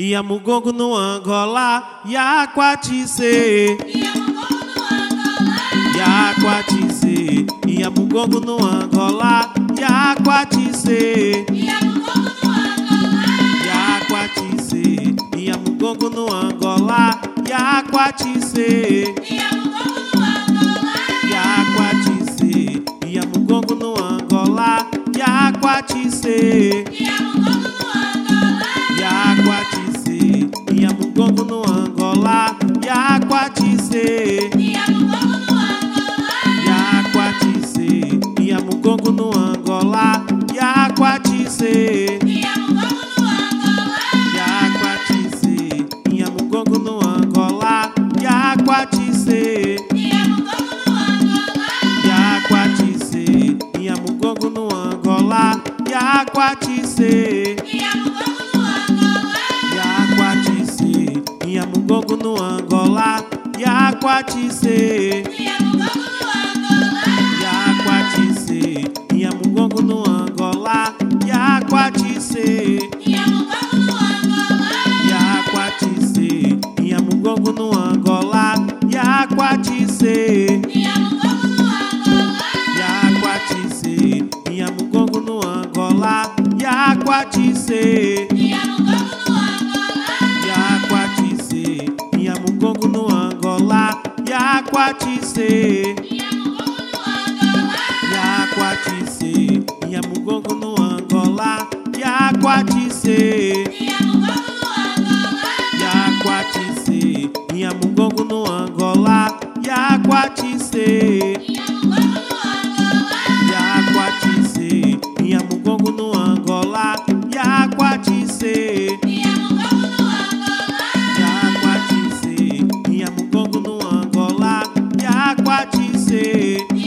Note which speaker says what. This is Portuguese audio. Speaker 1: E a Mugongo no Angola, e a Aquatice. E a Aquatice, e a Mugongo no Angola, e a Aquatice. E a Aquatice, e a Mugongo no Angola, e a Aquatice. E a Aquatice, e a Mugongo no Angola, e a Aquatice. Iaquatice, Iamugongo no Angola, Iaquatice, Iaquatice, Iamugongo no Angola, Iaquatice, Iaquatice, Iamugongo no Angola, Iaquatice, Iaquatice, Iamugongo no Angola, Iaquatice, Iaquatice, Iamugongo no Angola, Iaquatice. Iaquatice, Iamugongo no Angola, Iaquatice, Iaquatice, Iamugongo no Angola, Iaquatice, Iaquatice, Iamugongo no Angola, Iaquatice, Iaquatice, Iamugongo no Angola, Iaquatice, Iaquatice, Iamugongo no Angola, Iaquatice. Iaquatice, Iamugongo no Angola, Iaquatice, Iaquatice, Iamugongo no Angola, Iaquatice, Iaquatice, Iamugongo no Angola, Iaquatice,